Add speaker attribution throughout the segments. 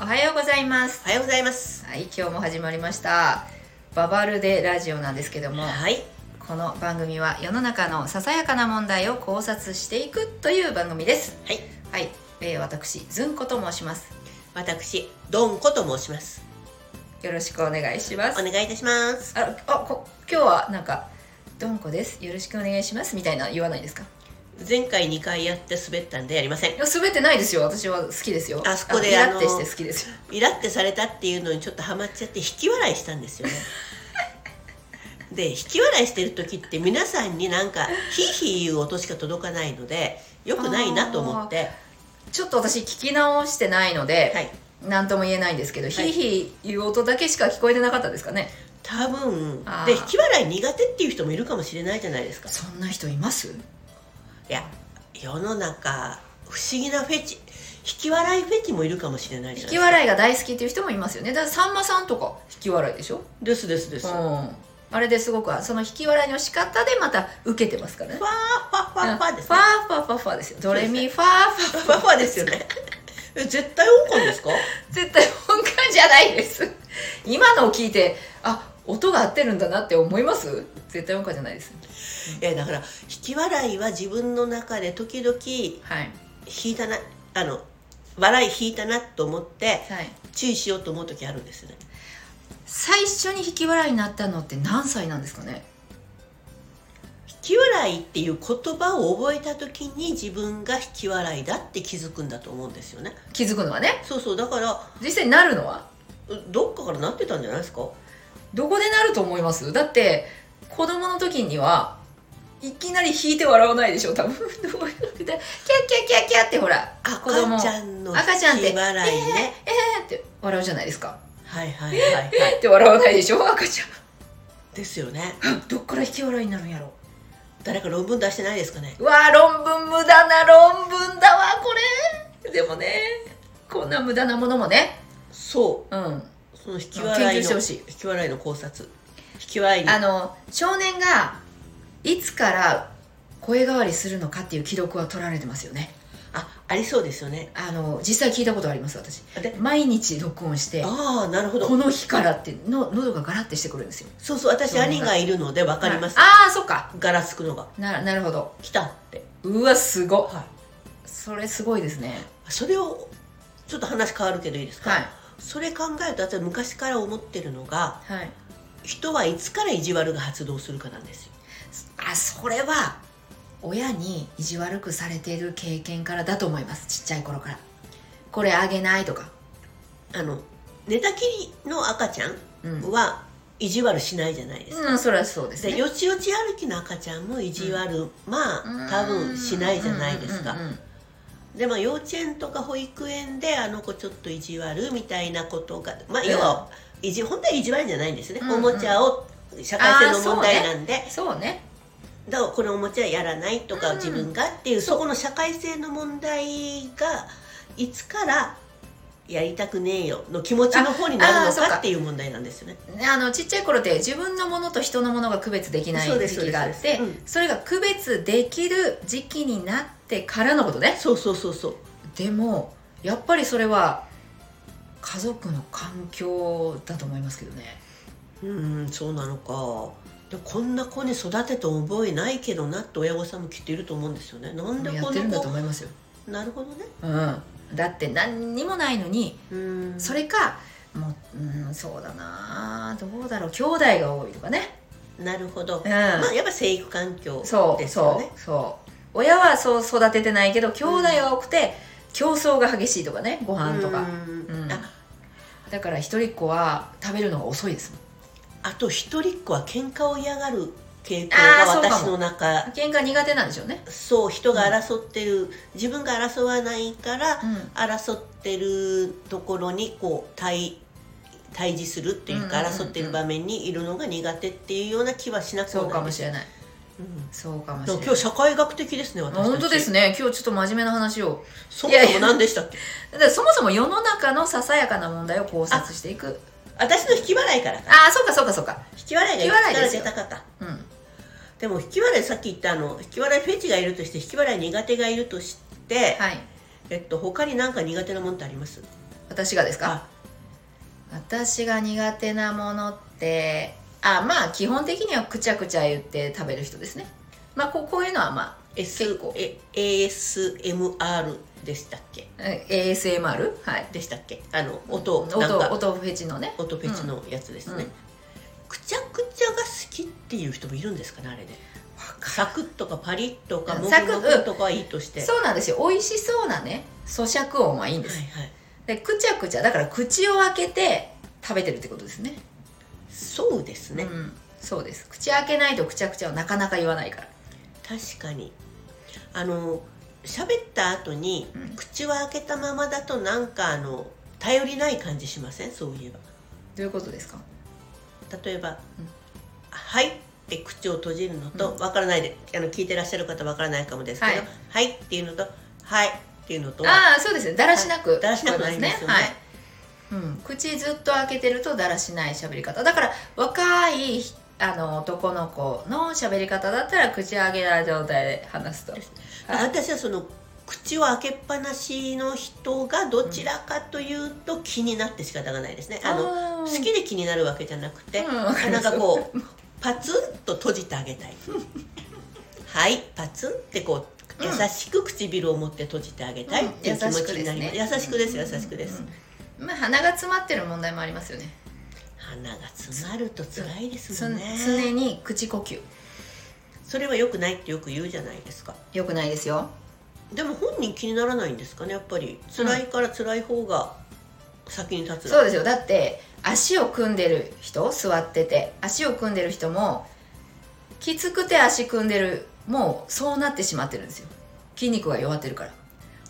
Speaker 1: おはようございます
Speaker 2: おはようございます
Speaker 1: はい今日も始まりましたババルデラジオなんですけども
Speaker 2: はい
Speaker 1: この番組は世の中のささやかな問題を考察していくという番組です
Speaker 2: はい
Speaker 1: はい、えー、私ずんこと申します
Speaker 2: 私ドンコと申します
Speaker 1: よろしくお願いしま
Speaker 2: お
Speaker 1: す
Speaker 2: 願いいたします
Speaker 1: ああこ今日はなんかどんこですよろしくお願いしますみたいな言わないですか
Speaker 2: 前回2回やって滑ったんでやりません
Speaker 1: いや滑ってないですよ私は好きですよ
Speaker 2: あそこで
Speaker 1: イラ
Speaker 2: あ
Speaker 1: っ
Speaker 2: の
Speaker 1: てして好きですよ
Speaker 2: イラってされたっていうのにちょっとハマっちゃって引き笑いした んですよねで引き笑いしてる時って皆さんになんかヒーヒー言う音しか届かないのでよくないなと思って
Speaker 1: ちょっと私聞き直してないので、
Speaker 2: はい
Speaker 1: なんとも言えないんですけど、
Speaker 2: い
Speaker 1: ヒーヒー言う音だけしか聞こえてなかったですかね
Speaker 2: 多分
Speaker 1: あー
Speaker 2: で引き笑い苦手っていう人もいるかもしれないじゃないですか
Speaker 1: そんな人います
Speaker 2: いや世の中不思議なフェチ引き笑いフェチもいるかもしれない
Speaker 1: 引
Speaker 2: じ
Speaker 1: き
Speaker 2: ゃないですか
Speaker 1: 笑いが大好きっていう人もいますよねだからさんまさんとか引き笑いでしょ、
Speaker 2: ですですです
Speaker 1: う
Speaker 2: ファ
Speaker 1: ん、あれですごくその引き笑いの仕方でまた受けてますからね
Speaker 2: ファファファです
Speaker 1: フ
Speaker 2: ね
Speaker 1: ァーファーファーファーですよドレミファーファー
Speaker 2: ファファですよねえ絶対音感 ですか
Speaker 1: 絶対本感じゃないです今のを聞いてあ音が合ってるんだなって思います絶対音感じゃないです
Speaker 2: いやだから引き笑いは自分の中で時々引
Speaker 1: はい
Speaker 2: いたなあの笑い引いたなと思って
Speaker 1: はい
Speaker 2: 注意しようと思う時あるんですよね
Speaker 1: 最初に引き笑いになったのって何歳なんですかね
Speaker 2: 引き笑いっていう言葉を覚えた時に自分が引き笑いだって気づくんだと思うんですよね
Speaker 1: 気づくのはね
Speaker 2: そうそうだから
Speaker 1: 実際になるのは
Speaker 2: どっかからなってたんじゃないですか
Speaker 1: どこでなると思いますだって子供の時にはいきなり引いて笑わないでしょ多分どうやってキャッキャッキャッキャッってほら子供
Speaker 2: 赤ちゃんの
Speaker 1: 赤ちゃんって
Speaker 2: 引き笑いね、
Speaker 1: えーって笑うじゃないですか
Speaker 2: はいはいはい はい
Speaker 1: えーって笑わないでしょ赤ち
Speaker 2: ですよね
Speaker 1: ゃんどっから引き笑いになるんやろ
Speaker 2: 誰か論文出してないですかね
Speaker 1: うわー論文無駄な論文だわこれでもねこんな無駄なものもね
Speaker 2: そ
Speaker 1: うん
Speaker 2: うその引き笑
Speaker 1: 研究
Speaker 2: い
Speaker 1: し
Speaker 2: の
Speaker 1: てほしい
Speaker 2: 引き笑いの考察引き笑いの
Speaker 1: あの少年がいつから声変わりするのかっていう記録は取られてますよね
Speaker 2: あありそうですよね
Speaker 1: あの実際聞いたことあります私
Speaker 2: で
Speaker 1: 毎日録音して
Speaker 2: ああなるほ
Speaker 1: こ
Speaker 2: ど
Speaker 1: の日からっての喉がガラッてしてくるんですよ
Speaker 2: そうそう私
Speaker 1: そうなんだ
Speaker 2: 兄がいるので分かります、
Speaker 1: はいああそっか
Speaker 2: ガラつくのが
Speaker 1: ななるほど
Speaker 2: 来たって
Speaker 1: うわすご
Speaker 2: は
Speaker 1: それすごいですね
Speaker 2: いそれをちょっと話変わるけどいいですか、
Speaker 1: はい
Speaker 2: それ考えると私は昔から思ってるのが
Speaker 1: はい
Speaker 2: 人はいつから意地悪が発動するかなんですよ
Speaker 1: あそれは親に意地悪くされている経験からだと思いますちっちゃい頃からこれあげないとか
Speaker 2: あの寝たきりの赤ちゃん
Speaker 1: うん、
Speaker 2: は意地悪しないじゃないですか、
Speaker 1: うん、それはそうです
Speaker 2: で
Speaker 1: ね
Speaker 2: よちよち歩きの赤ちゃんも意地悪、まあ多分しないじゃないですか、
Speaker 1: うんうんうんうん
Speaker 2: でまあ幼稚園とか保育園であの子ちょっと意地悪みたいなことがまあ
Speaker 1: うん
Speaker 2: 要は意地本当は意地悪じゃないんですね、
Speaker 1: うんうん
Speaker 2: おもちゃを社会性の問
Speaker 1: あー
Speaker 2: 題
Speaker 1: そ
Speaker 2: なんで、
Speaker 1: そうね
Speaker 2: だからこのおもちゃやらないとか、
Speaker 1: うん
Speaker 2: 自分がっていうそこの社会性の問題がいつからやりたくねえよの気持ちの方になる
Speaker 1: ああ
Speaker 2: の
Speaker 1: そうか
Speaker 2: かっていう問題なんですよね。
Speaker 1: ねあのちっちゃい頃って自分のものと人のものが区別できない
Speaker 2: そうです
Speaker 1: 時期があっ
Speaker 2: そうで
Speaker 1: て
Speaker 2: すそうですう
Speaker 1: それが区別できる時期になってからのことね
Speaker 2: そうそうそうそう
Speaker 1: でもやっぱりそれは家族の環境だと思いますけどね
Speaker 2: うんそうなのかでこんな子に育てた覚えないけどなって親御さんもきっといると思うんですよねなんで
Speaker 1: や
Speaker 2: こ
Speaker 1: ってるんだと
Speaker 2: の子
Speaker 1: 思いますよ、
Speaker 2: なるほどね
Speaker 1: うん、だって何にもないのに
Speaker 2: うん
Speaker 1: それかもう、うん、そうだなどうだろう兄弟が多いとかね、
Speaker 2: なるほど
Speaker 1: うん、
Speaker 2: まあやっぱ生育環境
Speaker 1: そう
Speaker 2: ですよ
Speaker 1: そ
Speaker 2: ね
Speaker 1: うそう親はそう育ててないけど兄弟が多くて、競争が激しいとかねご飯と
Speaker 2: う
Speaker 1: か、
Speaker 2: ん
Speaker 1: うん
Speaker 2: あ
Speaker 1: だから一人っ子は食べるのが遅いですもん
Speaker 2: あと一人っ子は喧嘩を嫌がる傾向
Speaker 1: あー
Speaker 2: が
Speaker 1: そうかも
Speaker 2: 私の中
Speaker 1: 喧嘩苦手なんでしょうね、
Speaker 2: そう人が争ってる、自分が争わないから
Speaker 1: うん、
Speaker 2: 争ってるところにこう対対峙するっていうか、
Speaker 1: うんうんうんうん
Speaker 2: 争ってる場面にいるのが苦手っていうような気はしなく
Speaker 1: そうか
Speaker 2: はない
Speaker 1: も
Speaker 2: です
Speaker 1: しれない
Speaker 2: うん
Speaker 1: そうかもし
Speaker 2: で
Speaker 1: れ
Speaker 2: も
Speaker 1: ない
Speaker 2: 今日社会学的ですね私たち
Speaker 1: 本当ですね今日ちょっと真面目な話を
Speaker 2: そもそも何でしたっけ
Speaker 1: だからそもそも世の中のささやかな問題を考察していく
Speaker 2: 私の引き笑いからか
Speaker 1: ああそうかそうかそうか
Speaker 2: 引き笑いがいつから出たかか
Speaker 1: うん
Speaker 2: でも引き笑いさっき言ったあの引き笑いフェチがいるとして引き笑い苦手がいるとして、
Speaker 1: はい
Speaker 2: えっと他に何か苦手なもんってあります
Speaker 1: 私がですか
Speaker 2: あ
Speaker 1: 私が苦手なものってあまあ基本的にはくちゃくちゃ言って食べる人ですねまあこうこういうのはま
Speaker 2: S
Speaker 1: 構
Speaker 2: え ASMR でしたっけ
Speaker 1: あえ ASMR はい
Speaker 2: でしたっけあの音を
Speaker 1: 音
Speaker 2: なんか
Speaker 1: 音フェチのね
Speaker 2: 音フェチのやつですね、
Speaker 1: うん
Speaker 2: くちゃくちゃが好きっていう人もいるんですかねあれねサクッとかパリッとか
Speaker 1: うん
Speaker 2: もぐ
Speaker 1: サクッ
Speaker 2: もぐとかはいいとして、
Speaker 1: そうなんですよ美味しそうなね咀嚼音はいいんです、
Speaker 2: はいはい、
Speaker 1: でくちゃくちゃだから口を開けて食べてるってことですね
Speaker 2: そうですね、
Speaker 1: うん、そうです口開けないとくちゃくちゃはなかなか言わないから
Speaker 2: 確かにあの喋った後に、
Speaker 1: うん
Speaker 2: 口は開けたままだとなんかあの頼りない感じしませんそういえば
Speaker 1: どういうことですか
Speaker 2: 例えば
Speaker 1: うん
Speaker 2: 「はい」って口を閉じるのと
Speaker 1: う
Speaker 2: 「わからないで」あの聞いてらっしゃる方わからないかもですけど
Speaker 1: はい
Speaker 2: 「はい」っていうのと「はい」っていうのとは
Speaker 1: ああそうですねだらしなく
Speaker 2: だらしなくなりますよ
Speaker 1: 聞
Speaker 2: ね
Speaker 1: こえはいうん、口ずっと開けてるとだらしない喋り方だから若いあの男の子の喋り方だったら口開けた状態で話すとはい
Speaker 2: 私はその口を開けっぱなしの人がどちらかというと気になって仕方がないですね。あの
Speaker 1: の
Speaker 2: 好きで気になるわけじゃなくて、
Speaker 1: うんわかり
Speaker 2: な
Speaker 1: ま
Speaker 2: ん
Speaker 1: す
Speaker 2: かこうパツンと閉じてあげ たいはいパツンってこ
Speaker 1: う
Speaker 2: う
Speaker 1: ん
Speaker 2: 優しく唇を持って閉じてあげたいっていう気持ちになります、優しくです優しくです、、
Speaker 1: うんうんまあ鼻が詰まってる問題もありますよね
Speaker 2: 鼻が詰まると辛いです
Speaker 1: つ
Speaker 2: もん
Speaker 1: 常
Speaker 2: ね
Speaker 1: に口呼吸
Speaker 2: それは良くないってよく言うじゃないですか
Speaker 1: よくないですよ
Speaker 2: でも本人気にならないんですかねやっぱり辛いから辛い方が先に立つ、
Speaker 1: そうですよだって足を組んでる人座ってて足を組んでる人もきつくて足組んでるもうそうなってしまってるんですよ筋肉が弱ってるから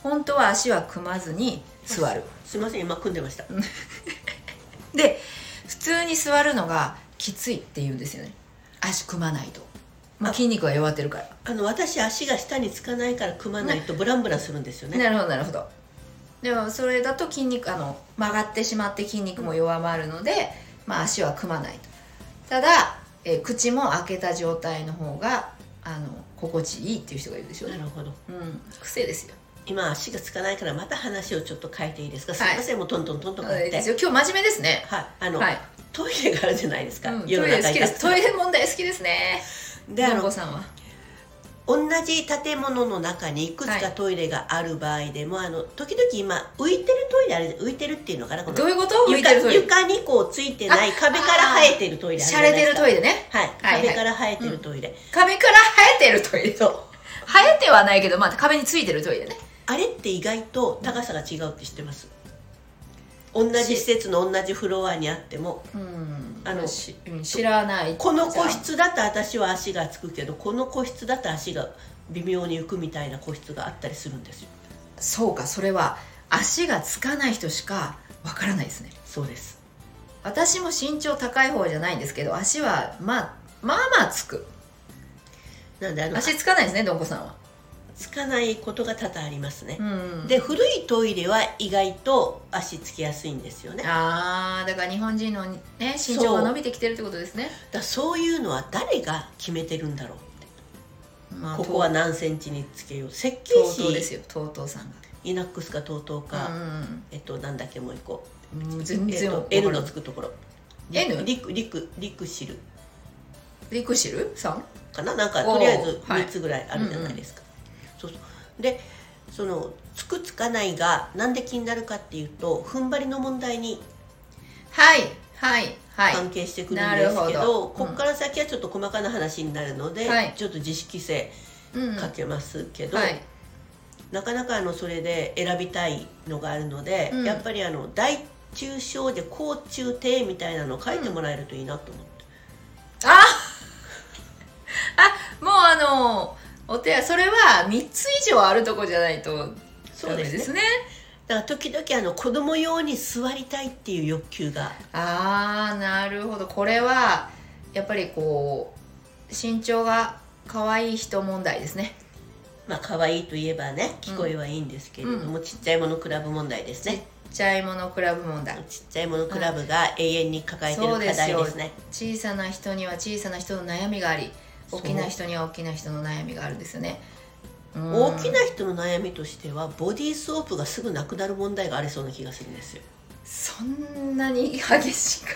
Speaker 1: 本当は足は組まずに座る
Speaker 2: すいません今組んでました
Speaker 1: で普通に座るのがきついって言うんですよね足組まないと、まあ、
Speaker 2: あ
Speaker 1: 筋肉が弱ってるから
Speaker 2: あの私足が下につかないから組まないとブランブランするんですよね
Speaker 1: なるほどなるほどでもそれだと筋肉あの曲がってしまって筋肉も弱まるので、まあ、足は組まないとただ、えー口も開けた状態の方があの心地いいっていう人がいるでしょう
Speaker 2: な
Speaker 1: ね、
Speaker 2: るほど
Speaker 1: うん、癖ですよ
Speaker 2: 今足がつかないからまた話をちょっと変えていいですか、
Speaker 1: はい
Speaker 2: すいませんもうトントントントン
Speaker 1: あ
Speaker 2: 変
Speaker 1: い
Speaker 2: え
Speaker 1: い
Speaker 2: て
Speaker 1: ですよ今日真面目ですね
Speaker 2: はいあの、
Speaker 1: はい、
Speaker 2: トイレがあるじゃないですか、
Speaker 1: うん、トイ
Speaker 2: 世の
Speaker 1: レ好
Speaker 2: 中
Speaker 1: き
Speaker 2: に
Speaker 1: ですトイレ問題好きですね
Speaker 2: であ
Speaker 1: どん
Speaker 2: の
Speaker 1: こさんは
Speaker 2: 同じ建物の中にいくつ
Speaker 1: は
Speaker 2: か
Speaker 1: い
Speaker 2: トイレがある場合でも、あの時々今浮いてるトイレある浮いてるっていうのかなこの
Speaker 1: どういうこと浮いてるト
Speaker 2: 床
Speaker 1: イレ
Speaker 2: 床にこうついてない
Speaker 1: あ
Speaker 2: 壁から生えてるトイレあるじ
Speaker 1: し
Speaker 2: ゃ
Speaker 1: ゃ
Speaker 2: ない
Speaker 1: れ
Speaker 2: で
Speaker 1: て
Speaker 2: す
Speaker 1: る
Speaker 2: か
Speaker 1: トイレね
Speaker 2: はい、
Speaker 1: はいはい
Speaker 2: 壁から生えてるトイレ、
Speaker 1: 壁から生えてるトイレ
Speaker 2: そう
Speaker 1: 生えてはないけど、まあ、壁についてるトイレね
Speaker 2: あれって意外と高さが違うって知ってます同じ施設の同じフロアにあっても
Speaker 1: うん
Speaker 2: あの
Speaker 1: しうん知らない
Speaker 2: この個室だと私は足がつくけどこの個室だと足が微妙に浮くみたいな個室があったりするんですよ
Speaker 1: そうかそれは足がつかない人しかわからないですね
Speaker 2: そうです
Speaker 1: 私も身長高い方じゃないんですけど足はまあまあまあつく
Speaker 2: なんであの足
Speaker 1: 足つかないですねどんこさんは
Speaker 2: つかないことが多々ありますね
Speaker 1: う、ん
Speaker 2: で古いトイレは意外と足つきやすいんですよねだか
Speaker 1: あーだから日本人のね身長が伸びてきてるってことですね
Speaker 2: らそういうのは誰が決めてるんだろう
Speaker 1: まあ
Speaker 2: ここは何センチにつけよう設計
Speaker 1: とうとうです
Speaker 2: 士
Speaker 1: よとうとうさん
Speaker 2: イナックスか TOTO
Speaker 1: が
Speaker 2: か、えっとなんだっけもう一個
Speaker 1: うんうんうん全
Speaker 2: えっ
Speaker 1: 然わ
Speaker 2: と
Speaker 1: か、ら
Speaker 2: L
Speaker 1: な
Speaker 2: の
Speaker 1: い
Speaker 2: つくところ
Speaker 1: N？
Speaker 2: リクリクリクシル
Speaker 1: リクシルさん
Speaker 2: かななんか
Speaker 1: おー
Speaker 2: とりあえず
Speaker 1: はい
Speaker 2: 3つぐらいあるじゃないですか、そうそうでそのつくつかないがなんで気になるかっていうと踏ん張りの問題に
Speaker 1: はいはいはい
Speaker 2: 関係してくるんです
Speaker 1: な
Speaker 2: け
Speaker 1: る
Speaker 2: ど,、
Speaker 1: ほど
Speaker 2: ここから先はちょっと細かな話になるので、
Speaker 1: はい
Speaker 2: ちょっと自主規制
Speaker 1: うん
Speaker 2: かけますけど、
Speaker 1: はい
Speaker 2: なかなかあのそれで選びたいのがあるので、
Speaker 1: うん
Speaker 2: やっぱりあの大中小で高中低みたいなのを書いてもらえるといいなと思って、
Speaker 1: ああもうあのお手やそれは3つ以上あるとこじゃないとダメですね
Speaker 2: だから時々あの子供用に座りたいっていう欲求が
Speaker 1: ああなるほどこれはやっぱりこう身長が可愛い人問題ですね
Speaker 2: まあ可愛いといえばね聞こえはいいんですけれども、ちっちゃいものクラブ問題ですね
Speaker 1: ちゃいものクラブ問題
Speaker 2: ちっちゃいものクラブが永遠に抱えてる課題ですね、
Speaker 1: そうですよ小さな人には小さな人の悩みがあり大きな人には大きな人の悩みがあるんですよねうん
Speaker 2: 大きな人の悩みとしてはボディーソープがすぐなくなる問題がありそうな気がするんですよ
Speaker 1: そんなに激しいから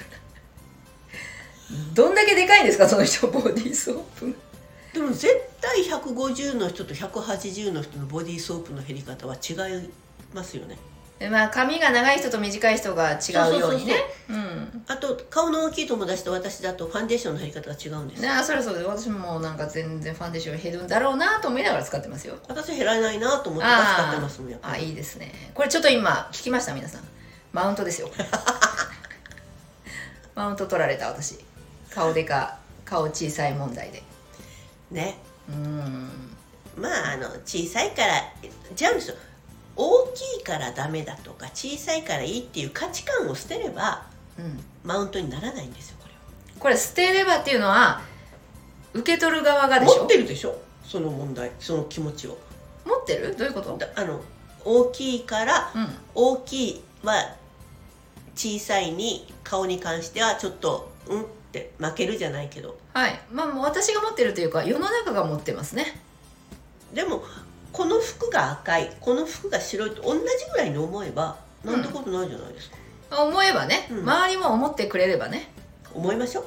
Speaker 1: どんだけでかいんですかその人ボディーソープ
Speaker 2: でも絶対150の人と180の人のボディーソープの減り方は違いますよね
Speaker 1: えまあ髪が長い人と短い人が違うようにねうん
Speaker 2: あと顔の大きい友達と私だとファンデーションの減り方が違うんです
Speaker 1: なあそりゃそうです私もなんか全然ファンデーション減るんだろうなと思いながら使ってますよ
Speaker 2: 私減らないなと思ってます使ってますもんやっぱ
Speaker 1: あ
Speaker 2: り
Speaker 1: いいですねこれちょっと今聞きました皆さんマウントですよ マウント取られた私顔でか顔小さい問題で
Speaker 2: ね
Speaker 1: うーん
Speaker 2: まああの小さいからじゃあですよ大きいからダメだとか小さいからいいっていう価値観を捨てれば
Speaker 1: うん
Speaker 2: マウントにならないんですよこれ
Speaker 1: これ捨てればっていうのは受け取る側がでし
Speaker 2: は持
Speaker 1: ょ
Speaker 2: ってるでしょその問題その気持ちを
Speaker 1: 持ってるどういうこと
Speaker 2: だあの大きいから
Speaker 1: うん
Speaker 2: 大きいは小さいに顔に関してはちょっとうんって負けるじゃないけど
Speaker 1: はいまあもう私が持ってるというか世の中が持ってますね
Speaker 2: でもこの服が赤いこの服が白いと同じぐらいに思えばなんてことないじゃないですか、
Speaker 1: 思えばね、
Speaker 2: うん
Speaker 1: 周りも思ってくれればね
Speaker 2: 思いましょう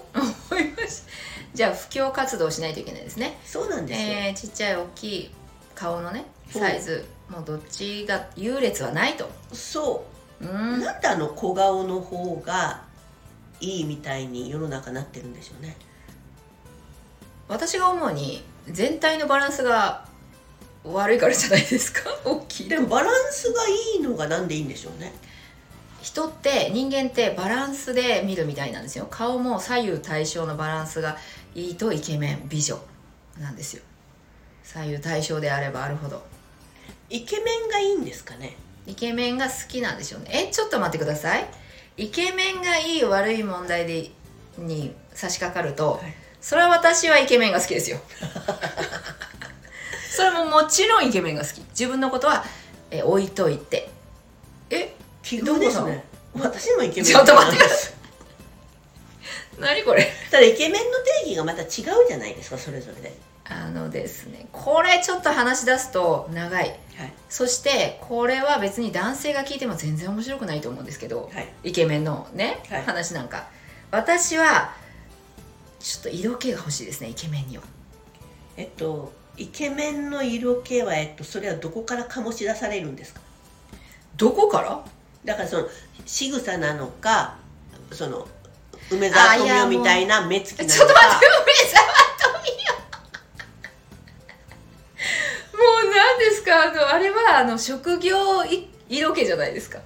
Speaker 1: 思いましたじゃあ布教活動をしないといけないですね
Speaker 2: そうなんですよ、
Speaker 1: えーちっちゃい大きい顔のね
Speaker 2: そう
Speaker 1: サイズもうどっちが優劣はないと
Speaker 2: そうう、
Speaker 1: ーん
Speaker 2: なんであの小顔の方がいいみたいに世の中なってるんでしょうね
Speaker 1: 私が思うに全体のバランスが悪いからじゃないですか 大きい
Speaker 2: でもバランスがいいのがなんでいいんでしょうね
Speaker 1: 人って人間ってバランスで見るみたいなんですよ顔も左右対称のバランスがいいとイケメン美女なんですよ左右対称であればあるほど
Speaker 2: イケメンがいいんですかね
Speaker 1: イケメンが好きなんでしょうねえちょっと待ってくださいイケメンがいい悪い問題でに差し掛かると、
Speaker 2: い
Speaker 1: それは私はイケメンが好きですよ それももちろんイケメンが好き自分のことはえ置いといてえ
Speaker 2: 奇遇ですね私もイケメン
Speaker 1: ちょっと待ってくだ
Speaker 2: さい
Speaker 1: 何これ
Speaker 2: ただイケメンの定義がまた違うじゃないですかそれぞれで、
Speaker 1: あのですねこれちょっと話し出すと長い
Speaker 2: はい
Speaker 1: そしてこれは別に男性が聞いても全然面白くないと思うんですけど、
Speaker 2: はい
Speaker 1: イケメンのね、
Speaker 2: はい
Speaker 1: 話なんか私はちょっと色気が欲しいですねイケメンには
Speaker 2: えっとイケメンの色気は、えっと、それはどこから醸し出されるんですか
Speaker 1: どこから
Speaker 2: だからその仕草なのかその梅沢富美男みたいな目つきなのか
Speaker 1: ちょっと待って梅沢富美男もう 何ですかあのあれはあの職業い色気じゃないですか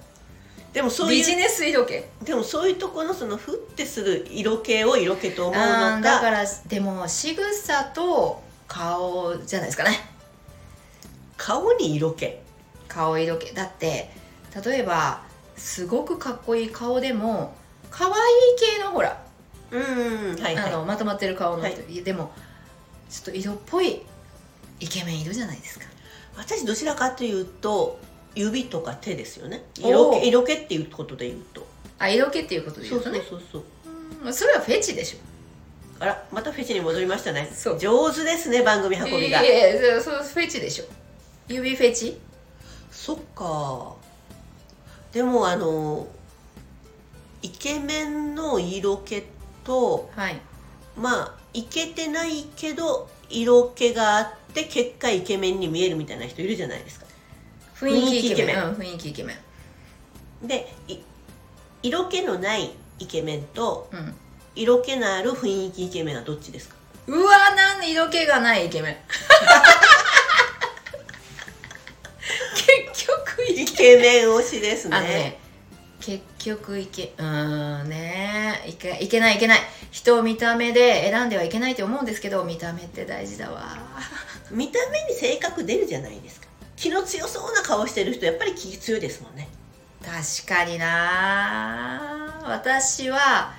Speaker 2: でもそう
Speaker 1: ビ
Speaker 2: い
Speaker 1: ジ
Speaker 2: う
Speaker 1: ネス色気
Speaker 2: でもそういうところのそのふってする色気を色気と思うの
Speaker 1: あ
Speaker 2: か
Speaker 1: ーだからでも仕草と顔じゃないですかね
Speaker 2: 顔に色気
Speaker 1: 顔色気だって例えばすごくかっこいい顔でも可愛い系のほら
Speaker 2: うんはい
Speaker 1: あ
Speaker 2: は
Speaker 1: のまとまってる顔の人、いやでもちょっと色っぽいイケメン色じゃないですか
Speaker 2: い私どちらかというと指とか手ですよね
Speaker 1: おー
Speaker 2: 色気色気っていうことで言うと
Speaker 1: あ色気っていうことで言
Speaker 2: そう
Speaker 1: と
Speaker 2: うそう
Speaker 1: ね
Speaker 2: そうそう
Speaker 1: うんそれはフェチでしょ
Speaker 2: あらまたフェチに戻りましたね
Speaker 1: そう
Speaker 2: 上手ですね番組運びが
Speaker 1: いやいやそうそうフェチでしょ指フェチ
Speaker 2: そっかでもあのイケメンの色気と
Speaker 1: はい
Speaker 2: まあイケてないけど色気があって結果イケメンに見えるみたいな人いるじゃないですか
Speaker 1: 雰囲気イケメン
Speaker 2: 雰
Speaker 1: うん雰囲気イケメン
Speaker 2: でい色気のないイケメンと
Speaker 1: うん
Speaker 2: 色気のある雰囲気イケメンはどっちです か
Speaker 1: うわなんで色気がないイケメン 結局イ
Speaker 2: イケメン推しです
Speaker 1: あ
Speaker 2: ね
Speaker 1: のね結局いけうーんねいけいけないいけない人を見た目で選んではいけないと思うんですけど見た目って大事だわ
Speaker 2: 見た目に性格出るじゃないですか気の強そうな顔してる人やっぱり気強いですもんね
Speaker 1: 確かにな私は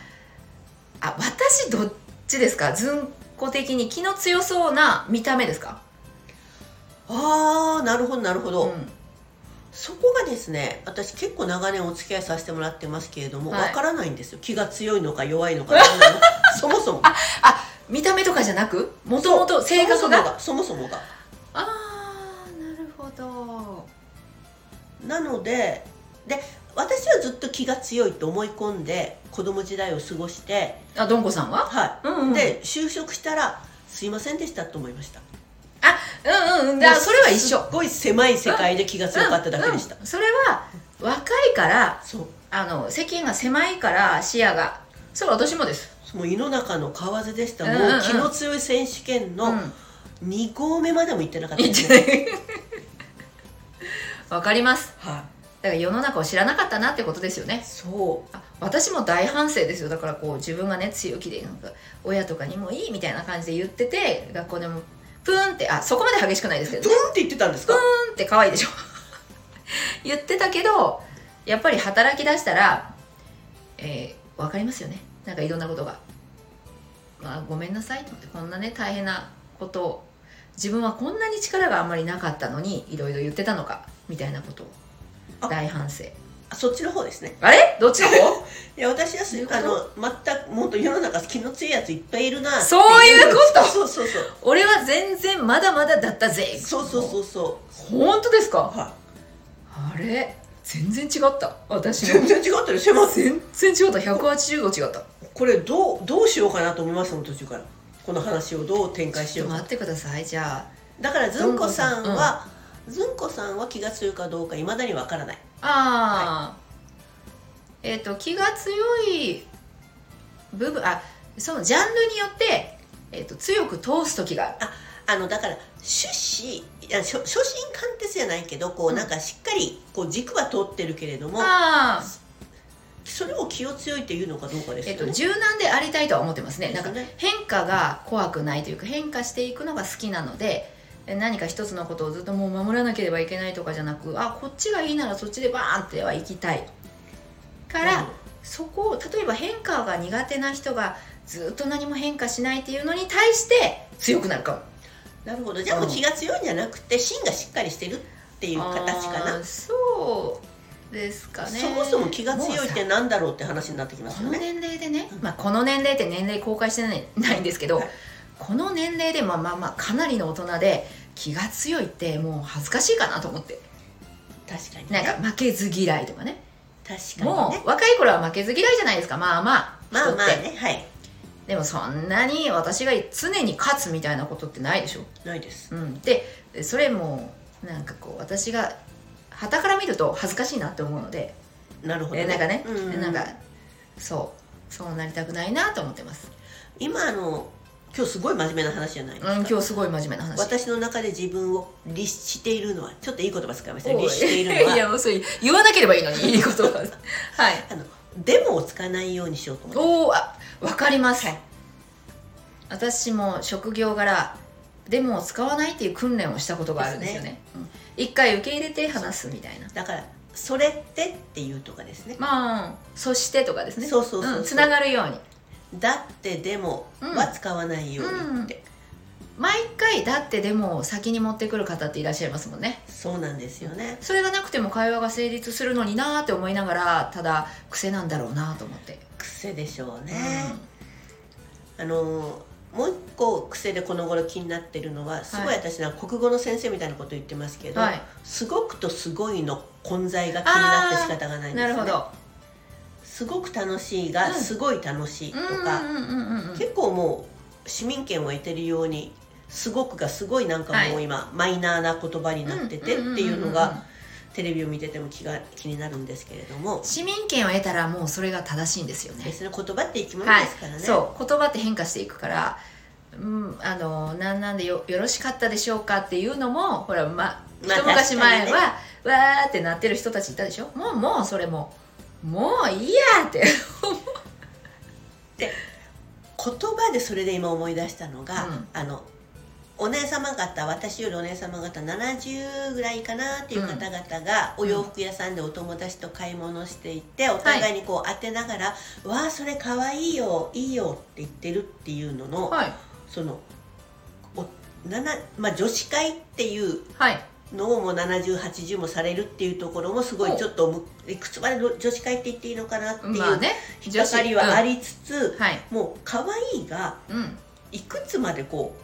Speaker 1: あ私どっちですかずんこ的に気の強そうな見た目ですか
Speaker 2: ああなるほどなるほど、
Speaker 1: ん
Speaker 2: そこがですね私結構長年お付き合いさせてもらってますけれどもわ、
Speaker 1: はい
Speaker 2: からないんですよ気が強いのか弱いのか 何なのかそもそも
Speaker 1: 見た目とかじゃなくもともと性格が
Speaker 2: そもそもがそもそもが
Speaker 1: あーなるほど
Speaker 2: なのでで私はずっと気が強いと思い込んで子供時代を過ごして、
Speaker 1: あどんこさんは
Speaker 2: は
Speaker 1: うん
Speaker 2: い
Speaker 1: うん
Speaker 2: で就職したらすいませんでしたと思いました
Speaker 1: うんうんだ
Speaker 2: もう
Speaker 1: それは一
Speaker 2: す
Speaker 1: 緒
Speaker 2: っごい狭い世界で気が強かっただけでした、
Speaker 1: うんうんそれは若いから
Speaker 2: そう
Speaker 1: あの世間が狭いから視野がそれは私もです
Speaker 2: もう井の中の蛙でした、
Speaker 1: うんうんう
Speaker 2: も
Speaker 1: ん
Speaker 2: う気の強い選手権
Speaker 1: う
Speaker 2: の
Speaker 1: ん
Speaker 2: 2合目までも行ってなかった
Speaker 1: 言
Speaker 2: で
Speaker 1: っ
Speaker 2: す
Speaker 1: て
Speaker 2: ね、
Speaker 1: ないわかります
Speaker 2: は
Speaker 1: だから世の中を知らなかったなってことですよね
Speaker 2: いそ
Speaker 1: あ私も大反省ですよだからこう自分がね強気でなんか親とかにもいいみたいな感じで言ってて学校でもプーンってあそこまで激しくないですけ
Speaker 2: う
Speaker 1: ど
Speaker 2: ド
Speaker 1: ね
Speaker 2: ンって言ってたんですか、
Speaker 1: プーンって可愛いでしょ 言ってたけどやっぱり働き出したら、えー、分かりますよねなんかいろんなことが、まあ、ごめんなさいと思ってこんなね大変なことを自分はこんなに力があんまりなかったのにいろいろ言ってたのかみたいなことを
Speaker 2: あ
Speaker 1: 大反省
Speaker 2: あそっちの方ですね
Speaker 1: あれどっちの 方
Speaker 2: いや私は
Speaker 1: そういうこと
Speaker 2: あの全くもっと世の中気の強いやついっぱいいるなって
Speaker 1: そういうこと
Speaker 2: そうそうそう
Speaker 1: 俺は全然まだまだだったぜ
Speaker 2: そうそうそうそう
Speaker 1: 本当ですか
Speaker 2: は
Speaker 1: あれ全然違った
Speaker 2: い
Speaker 1: 私の
Speaker 2: 全然違ったりしてます
Speaker 1: 全然違った180度違った
Speaker 2: これどうどうしようかなと思いましたもん途中からこの話をどう展開し
Speaker 1: ちょ
Speaker 2: よ
Speaker 1: っ
Speaker 2: う
Speaker 1: と
Speaker 2: か
Speaker 1: 待ってくださいじゃ
Speaker 2: だからずんこさんはずんこさんは気が強いかどうかいまだにわからない
Speaker 1: あああ、えっ、と気が強い部分あそのジャンルによって、えー、と強く通す時がある
Speaker 2: あのだから趣旨いや初初心貫徹じゃないけどこ
Speaker 1: う
Speaker 2: うんなんかしっかりこう軸は通ってるけれども、
Speaker 1: ああ
Speaker 2: それを気を強いっていうのかどうかです
Speaker 1: えっ、
Speaker 2: よ
Speaker 1: と
Speaker 2: ね。
Speaker 1: 柔軟でありたいとは思ってますね
Speaker 2: で
Speaker 1: な
Speaker 2: す
Speaker 1: んか
Speaker 2: ね
Speaker 1: 変化が怖くないというか変化していくのが好きなのでえ何か一つのことをずっともう守らなければいけないとかじゃなくあこっちがいいならそっちでバーンっては行きたいから、そこを例えば変化が苦手な人がずっと何も変化しないっていうのに対して強くなるかも
Speaker 2: なるほどじゃあもう気が強いんじゃなくて芯がしっかりしてるっていう形か
Speaker 1: あ
Speaker 2: な、
Speaker 1: ーそうですかね
Speaker 2: そもそも気が強いっ
Speaker 1: もう
Speaker 2: て
Speaker 1: さ
Speaker 2: なんだろうって話になってきます
Speaker 1: この
Speaker 2: よね
Speaker 1: 年齢でね
Speaker 2: うん、
Speaker 1: まあ、この年齢って年齢公開してないないんですけど、
Speaker 2: はい
Speaker 1: この年齢でまあまあまあかなりの大人で気が強いってもう恥ずかしいかなと思って
Speaker 2: 確かに
Speaker 1: なん
Speaker 2: ね
Speaker 1: か負けず嫌いとかね
Speaker 2: 確かに
Speaker 1: も
Speaker 2: ね
Speaker 1: う若い頃は負けず嫌いじゃないですかまあまあ
Speaker 2: まあ
Speaker 1: 人って、
Speaker 2: まあねはい
Speaker 1: でもそんなに私が常に勝つみたいなことってないでしょ
Speaker 2: ないです
Speaker 1: うん、でそれもなんかこう私が傍から見ると恥ずかしいなって思うので、
Speaker 2: なるほど、
Speaker 1: えなんかね、
Speaker 2: うん
Speaker 1: なんかそうそうなりたくないなと思ってます、
Speaker 2: 今あの今日すごい真面目な話じゃないです
Speaker 1: う
Speaker 2: か、
Speaker 1: ん、今日すごい真面目な話
Speaker 2: 私の中で自分を律しているのはちょっといい言葉使いました
Speaker 1: お
Speaker 2: ね
Speaker 1: い
Speaker 2: 律しているの
Speaker 1: い
Speaker 2: は
Speaker 1: やもうそれ言わなければいいのにいいことははい
Speaker 2: あのデモをつかないようにしようと思って
Speaker 1: おおあわかります、
Speaker 2: はい
Speaker 1: 私も職業柄デモを使わないっていう訓練をしたことがあるんですよねうん一回受け入れて話すみたいな
Speaker 2: だから「それって」っていうとかですね
Speaker 1: まあそしてとかですね
Speaker 2: そうそうそうそうん
Speaker 1: つながるように
Speaker 2: だってデモは使わないようにって、
Speaker 1: 毎回だってでも先に持ってくる方っていらっしゃいますもんね
Speaker 2: そうなんですよね
Speaker 1: それがなくても会話が成立するのになーって思いながらただ癖なんだろうなと思って、
Speaker 2: 癖でしょう
Speaker 1: う
Speaker 2: ね
Speaker 1: ん、
Speaker 2: あのもう一個癖でこの頃気になってるのはすごい
Speaker 1: はい
Speaker 2: 私なんか国語の先生みたいなこと言ってますけど、
Speaker 1: はい
Speaker 2: すごくとすごいの混在が気になって仕方がないんで
Speaker 1: な
Speaker 2: すよ、
Speaker 1: る
Speaker 2: ね、
Speaker 1: ほど
Speaker 2: すごく楽しいが、
Speaker 1: うん
Speaker 2: すごい楽しいと
Speaker 1: う
Speaker 2: か、
Speaker 1: んうんうんうんうん
Speaker 2: 結構もう市民権を得てるようにすごくがすごいなんかも
Speaker 1: は
Speaker 2: う今、マイナーな言葉になっててっていうの
Speaker 1: んんん
Speaker 2: がテレビを見てても気が気になるんですけれども
Speaker 1: うん、市民権を得たらもうそれが正しいんですよね
Speaker 2: 別に言葉って生き物
Speaker 1: はい
Speaker 2: ですからね、
Speaker 1: そう言葉って変化していくからうん、あのなんなんでよよろしかったでしょうかっていうのもほら、ま、
Speaker 2: まあ
Speaker 1: 一昔前は、
Speaker 2: 確
Speaker 1: わーってなってる人たちいたでしょもうもうそれももういいやって
Speaker 2: 言葉でそれで今思い出したのが、
Speaker 1: うん
Speaker 2: あのお姉様方私よりお姉様方70ぐらいかなっていう方々がお洋服屋さんでお友達と買い物していて、お互いにこう当てながら「わあそれかわいいよいいよ」って言ってるっていうのの、
Speaker 1: はい
Speaker 2: そのおなな、まあ、女子会っていう
Speaker 1: はい
Speaker 2: のをもう7080もされるっていうところもすごい
Speaker 1: お
Speaker 2: ちょっとむいくつまでの女子会って言っていいのかなっていう
Speaker 1: まあね
Speaker 2: 引っかかりはあ
Speaker 1: り、
Speaker 2: りつつ、
Speaker 1: うんはい
Speaker 2: もう可愛いが
Speaker 1: うん
Speaker 2: いくつまでこ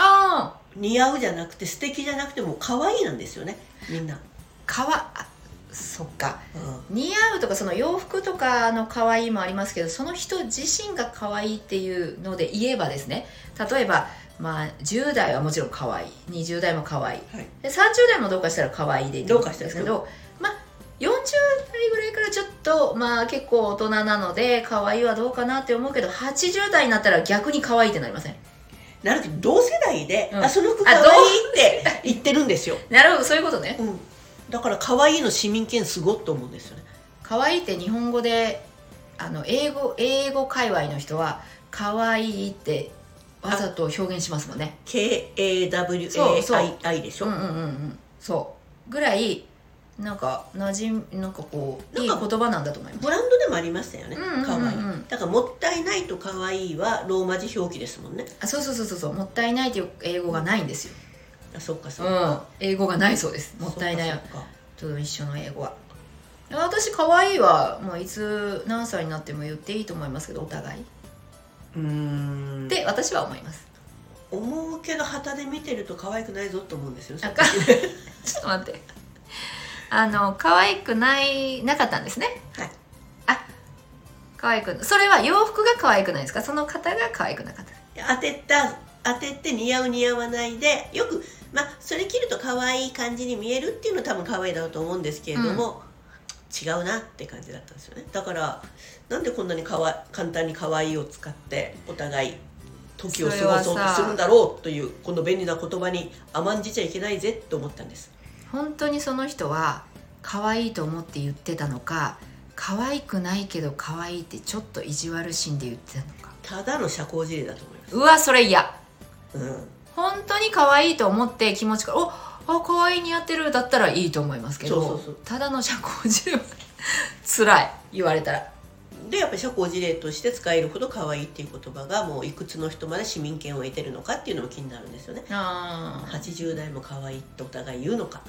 Speaker 1: ああ
Speaker 2: う似合うじゃなくて素敵じゃなくてもう可愛いなんですよねみんな
Speaker 1: かわあそっか
Speaker 2: うん
Speaker 1: 似合うとかその洋服とかの可愛いもありますけどその人自身が可愛いっていうので言えばですね例えば、まあ、10代はもちろん可愛い20代も可愛い
Speaker 2: はい
Speaker 1: で30代もどうかしたら可愛いで
Speaker 2: どうかしたら
Speaker 1: ですけど、まあ、40代ぐらいからちょっと、まあ、結構大人なので可愛いはどうかなって思うけど80代になったら逆に可愛いってなりません
Speaker 2: なるけど同世代で、
Speaker 1: うん
Speaker 2: あその服可愛いって言ってるんですよ、
Speaker 1: なるほどそういうことね
Speaker 2: うん、だから可愛いの市民権すごっと思うんですよね
Speaker 1: 可愛いって日本語であの英語英語界隈の人は可愛いってわざと表現しますもんねそうそう
Speaker 2: KAWAI でし
Speaker 1: う
Speaker 2: ょ、
Speaker 1: んうんうんうんそうぐらいなんか馴染みなんかこういい
Speaker 2: な
Speaker 1: 言
Speaker 2: んか
Speaker 1: 葉なんだと思います
Speaker 2: ブランドでもありましたよね、
Speaker 1: うんうんうんうん
Speaker 2: 可愛いだから「もったいない」と「可愛い」はローマ字表記ですもんね
Speaker 1: あそうそうそうそうそうもったいないっていう英語がないんですよ、
Speaker 2: あそっかそっ
Speaker 1: う
Speaker 2: か、
Speaker 1: ん、英語がないそうですもったいない
Speaker 2: そっかそっか
Speaker 1: と一緒の英語は私可愛いはもういつ何歳になっても言っていいと思いますけどお互いう
Speaker 2: ーん
Speaker 1: で私は思います
Speaker 2: 思うけど旗で見てると可愛くないぞと思うんですよ
Speaker 1: あか ちょっと待ってあの可愛くないなかったんですね
Speaker 2: はい
Speaker 1: あ可愛くそれは洋服が可愛くないですかその方が可愛くなかった
Speaker 2: 当てた当てて似合う似合わないでよくまあそれ着ると可愛い感じに見えるっていうのは多分可愛いだろうと思うんですけれども、違うなって感じだったんですよねだからなんでこんなにかわ簡単に可愛いを使ってお互い時を過ごそ
Speaker 1: そうれ
Speaker 2: と
Speaker 1: はさ
Speaker 2: するんだろうというこの便利な言葉に甘んじちゃいけないぜって思ったんです
Speaker 1: 本当にその人は可愛いと思って言ってたのか可愛くないけど可愛いってちょっと意地悪心で言ってたのか
Speaker 2: ただの社交辞令だと思います
Speaker 1: うわそれ嫌
Speaker 2: うん
Speaker 1: 本当に可愛いと思って気持ちから「おあ可愛い似合ってる」だったらいいと思いますけど
Speaker 2: そうそうそう
Speaker 1: ただの社交辞令辛い言われたら
Speaker 2: でやっぱり社交辞令として使えるほど可愛いっていう言葉がもういくつの人まで市民権を得てるのかっていうのも気になるんですよね
Speaker 1: あー
Speaker 2: 80代も可愛いってお互い言うのか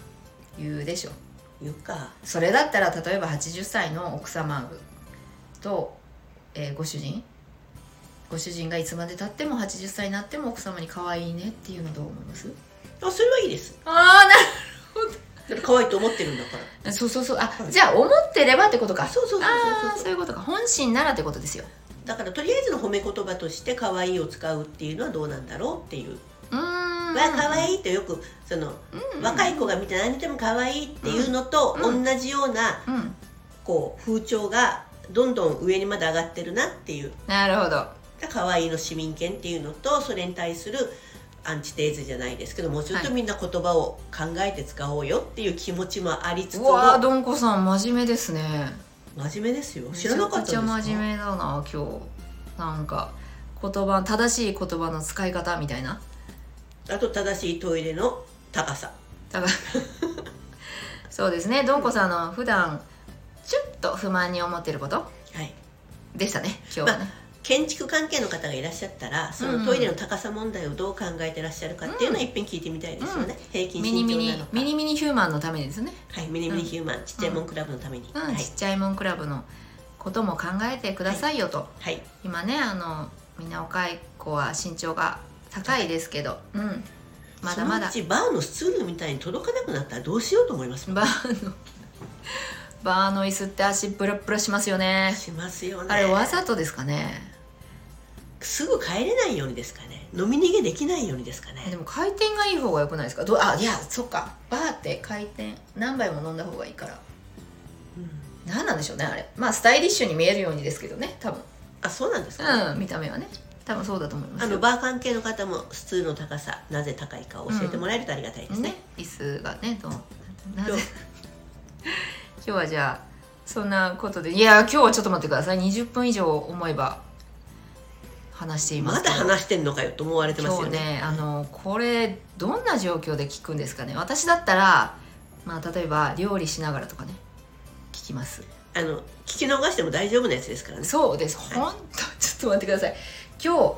Speaker 1: 言うでしょ
Speaker 2: 言うか
Speaker 1: それだったら例えば80歳の奥様と、えーご主人ご主人がいつまでたっても80歳になっても奥様に可愛いねっていうのどう思います
Speaker 2: あそれはいいです
Speaker 1: あ
Speaker 2: だって可愛いと思ってるんだから
Speaker 1: あそうそうそうあ、
Speaker 2: はい
Speaker 1: じゃあ思ってればってことか
Speaker 2: そうそうそう
Speaker 1: ああ
Speaker 2: そう
Speaker 1: そういうことか本心ならってことですよ
Speaker 2: だからとりあえずの褒め言葉として可愛いを使うっていうのはどうなんだろうっていう
Speaker 1: うーん
Speaker 2: わ可愛いってよくその若い子が見て何見ても可愛いっていうのと
Speaker 1: う
Speaker 2: 同
Speaker 1: ん
Speaker 2: じような
Speaker 1: うん
Speaker 2: こう風潮がどんどん上にまで上がってるなっていう
Speaker 1: なるほど
Speaker 2: だから可愛いの市民権っていうのとそれに対するアンチテーゼじゃないですけどもうちょっとみんな言葉を考えて使おうよっていう気持ちもありつつ
Speaker 1: う
Speaker 2: も
Speaker 1: わーどんこさん真面目ですね
Speaker 2: 真面目ですよ知らなかったんですか
Speaker 1: めちゃくちゃ真面目だな今日なんか言葉正しい言葉の使い方みたいな
Speaker 2: あと正しいトイレの高さ
Speaker 1: だから そうですねどんこさんの普段ちょっと不満に思ってること
Speaker 2: はい
Speaker 1: でしたね今日はね、
Speaker 2: 建築関係の方がいらっしゃったらそ
Speaker 1: うん
Speaker 2: のトイレの高高さ問題をどう考えてらっしゃるかっていうのは一遍聞いてみたいですよね、平均
Speaker 1: ミニ
Speaker 2: 身
Speaker 1: ミ
Speaker 2: 長
Speaker 1: ニ
Speaker 2: なのか
Speaker 1: ミニミニヒューマンのためにですね、
Speaker 2: はい、ミニミニヒューマン、ちっちゃいもんクラブのために、
Speaker 1: うん
Speaker 2: はい
Speaker 1: ちっちゃいもんクラブのことも考えてくださいよと、
Speaker 2: はい
Speaker 1: 今ねあのみんな若い子は身長が高いですけど、うん、まだまだ
Speaker 2: そのうちバーのスツールみたいに届かなくなったらどうしようと思いますもん
Speaker 1: バーのバーの椅子って足ブラブラしますよね
Speaker 2: しますよね
Speaker 1: あれわざとですかね
Speaker 2: すぐ帰れないようにですかね飲み逃げできないようにですかね
Speaker 1: えでも回転がいい方が良くないですかどうあいやそっかバーって回転何杯も飲んだ方がいいから
Speaker 2: うん
Speaker 1: 何なんでしょうねあれまあスタイリッシュに見えるようにですけどね多分
Speaker 2: あそうなんですか、ね
Speaker 1: うん見た目はね多分そうだと思います
Speaker 2: あ
Speaker 1: よ
Speaker 2: のバー関係の方もスツールの高さなぜ高いかを教えてもらえるとありがたいですね
Speaker 1: ね、椅子がねどうな
Speaker 2: どう
Speaker 1: ぜ今日はじゃあそんなことでいや今日はちょっと待ってください20分以上思えば話していま
Speaker 2: ます
Speaker 1: け
Speaker 2: だ
Speaker 1: ど
Speaker 2: 話してんのかよと思われてます
Speaker 1: 今
Speaker 2: よ
Speaker 1: 日
Speaker 2: ね
Speaker 1: ねあのこれどんな状況で聞くんですかね私だったらまあ例えば料理しながらとかね聞きます
Speaker 2: あの聞き逃しても大丈夫なやつですからね
Speaker 1: そうです
Speaker 2: は
Speaker 1: 本当ちょっと待ってください今日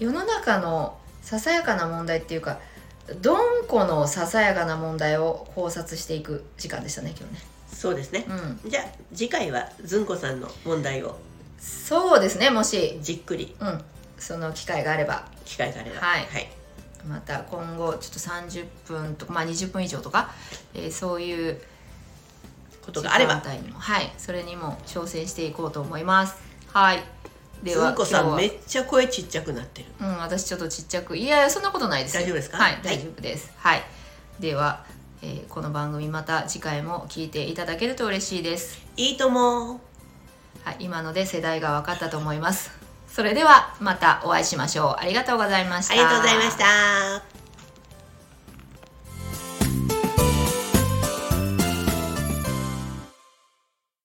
Speaker 1: 世の中のささやかな問題っていうかどんこのささやかな問題を考察していく時間でしたね今
Speaker 2: そうですね
Speaker 1: 日ねうん
Speaker 2: じゃあ次回はずんこさんの問題を
Speaker 1: そうですねもし
Speaker 2: じっくり
Speaker 1: うんその機会があれば
Speaker 2: 機会があれば
Speaker 1: はい
Speaker 2: はい、
Speaker 1: また今後ちょっと30分とかまあ20分以上とか、えーそういう
Speaker 2: ことがあれば
Speaker 1: 時間帯にもはいそれにも挑戦していこうと思いますはいで
Speaker 2: つ
Speaker 1: は
Speaker 2: んこさん
Speaker 1: 今
Speaker 2: め
Speaker 1: 日
Speaker 2: っちゃ声ちっちゃくなってる
Speaker 1: はうん私ちょっとちっちゃくいやいやそんなことないですよ
Speaker 2: 大丈夫ですか
Speaker 1: は
Speaker 2: はいい
Speaker 1: 大丈夫ですはい、では、えーこの番組また次回も聞いていただけると嬉しいです
Speaker 2: いいとも
Speaker 1: はい今ので世代が分かったと思いますそれではまたお会いしましょうありがとうございました
Speaker 2: ありがとうございました